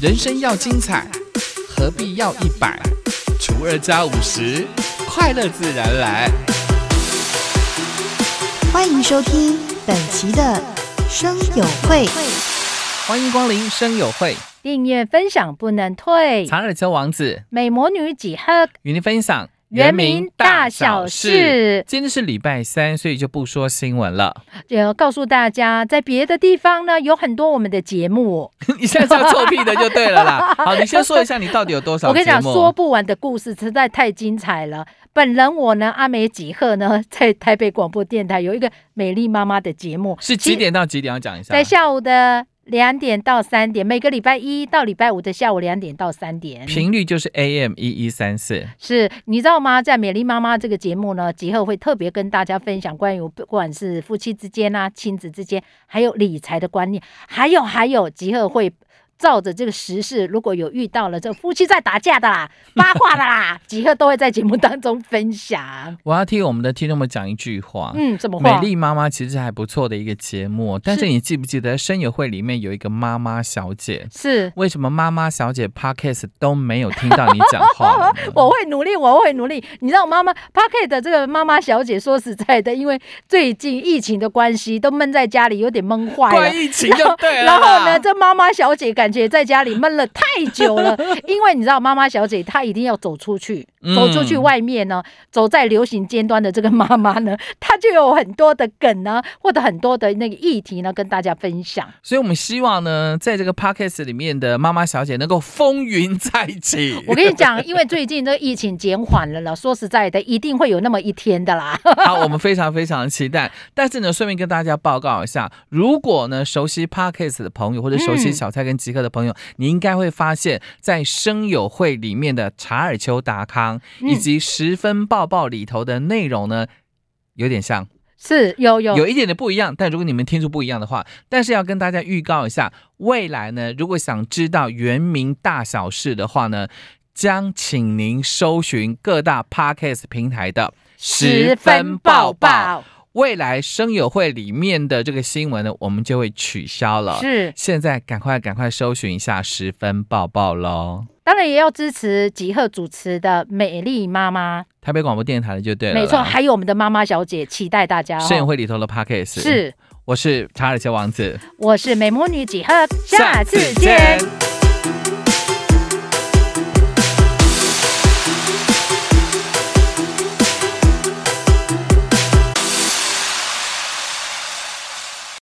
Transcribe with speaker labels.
Speaker 1: 人生要精彩，何必要一百除二加五十？快乐自然来。
Speaker 2: 欢迎收听本期的生友会。
Speaker 1: 欢迎光临生友会，
Speaker 3: 订阅分享不能退。
Speaker 1: 查尔丘王子
Speaker 3: 美魔女几何
Speaker 1: 与您分享
Speaker 3: 原名大小事，
Speaker 1: 今天是礼拜三，所以就不说新闻了。
Speaker 3: 呃，告诉大家，在别的地方呢，有很多我们的节目。
Speaker 1: 你现在这个臭屁的就对了 啦。好，你先说一下你到底有多少
Speaker 3: 我跟你讲，
Speaker 1: 节目
Speaker 3: 说不完的故事实在太精彩了。本人我呢，阿美几何呢，在台北广播电台有一个美丽妈妈的节目，
Speaker 1: 是几点到几点要讲一下？
Speaker 3: 在下午的两点到三点，每个礼拜一到礼拜五的下午两点到三点。
Speaker 1: 频率就是 AM 一一三四，
Speaker 3: 是你知道吗？在美丽妈妈这个节目呢，吉后会特别跟大家分享关于不管是夫妻之间啊、亲子之间，还有理财的观念，还有还有吉后会。照着这个时事，如果有遇到了这夫妻在打架 的啦、八卦的啦，吉赫都会在节目当中分享。
Speaker 1: 我要替我们的听众们讲一句话。
Speaker 3: 嗯，怎么
Speaker 1: 美
Speaker 3: 话？
Speaker 1: 丽妈妈其实还不错的一个节目，但是
Speaker 3: 是
Speaker 1: 你记不记得生友会里面有一个妈妈小姐？
Speaker 3: 是，
Speaker 1: 为什么妈妈小姐 podcast 都没有听到你讲话 了呢
Speaker 3: 我会努力，我会努力。你知道妈妈 Pocket 的这个妈妈小姐，说实在的，因为最近疫情的关系，都闷在家里，有点闷坏了
Speaker 1: 怪。疫情就对了啦。
Speaker 3: 然后呢，这妈妈小姐感觉在家里闷了太久 了，因为你知道，妈妈小姐她一定要走出去，
Speaker 1: 嗯
Speaker 3: 走出去外面呢，走在流行尖端的这个妈妈呢， 她就有很多的梗呢，或者很多的那个议题呢，跟大家分 享。
Speaker 1: 所以我们希望呢，在这个 podcast 里面的妈妈小姐能够风云再起。
Speaker 3: 我跟你讲，因为最近这个疫情减缓了啦，说实在的，一定会有那么一天的啦。
Speaker 1: 好，我们非常非常期待。但是呢，顺便跟大家报告一下，如果呢熟悉 Podcast 的朋友，或者熟悉
Speaker 3: 嗯
Speaker 1: 小蔡跟吉克的朋友，你应该会发现，在生友会里面的查尔丘达康以
Speaker 3: 嗯
Speaker 1: 及十分抱抱里头的内容呢。有点像，
Speaker 3: 是有有
Speaker 1: 有一点点不一样，但如果你们听出不一样的话，但是要跟大家预告一下，未来呢，如果想知道原名大小事的话呢，将请您搜寻各大 podcast 平台的
Speaker 3: 十分爆爆，
Speaker 1: 未来生友会里面的这个新闻呢，我们就会取消了。
Speaker 3: 是
Speaker 1: 现在赶快赶快搜寻一下十分抱抱喽！
Speaker 3: 当然也要支持吉赫主持的美丽妈妈，
Speaker 1: 台北广播电台的就对了啦，
Speaker 3: 没错，还有我们的妈妈小姐，期待大家、哦。
Speaker 1: 生友会里头的 podcast，
Speaker 3: 是，
Speaker 1: 我是查尔斯王子，
Speaker 3: 我是美魔女几何，下次见。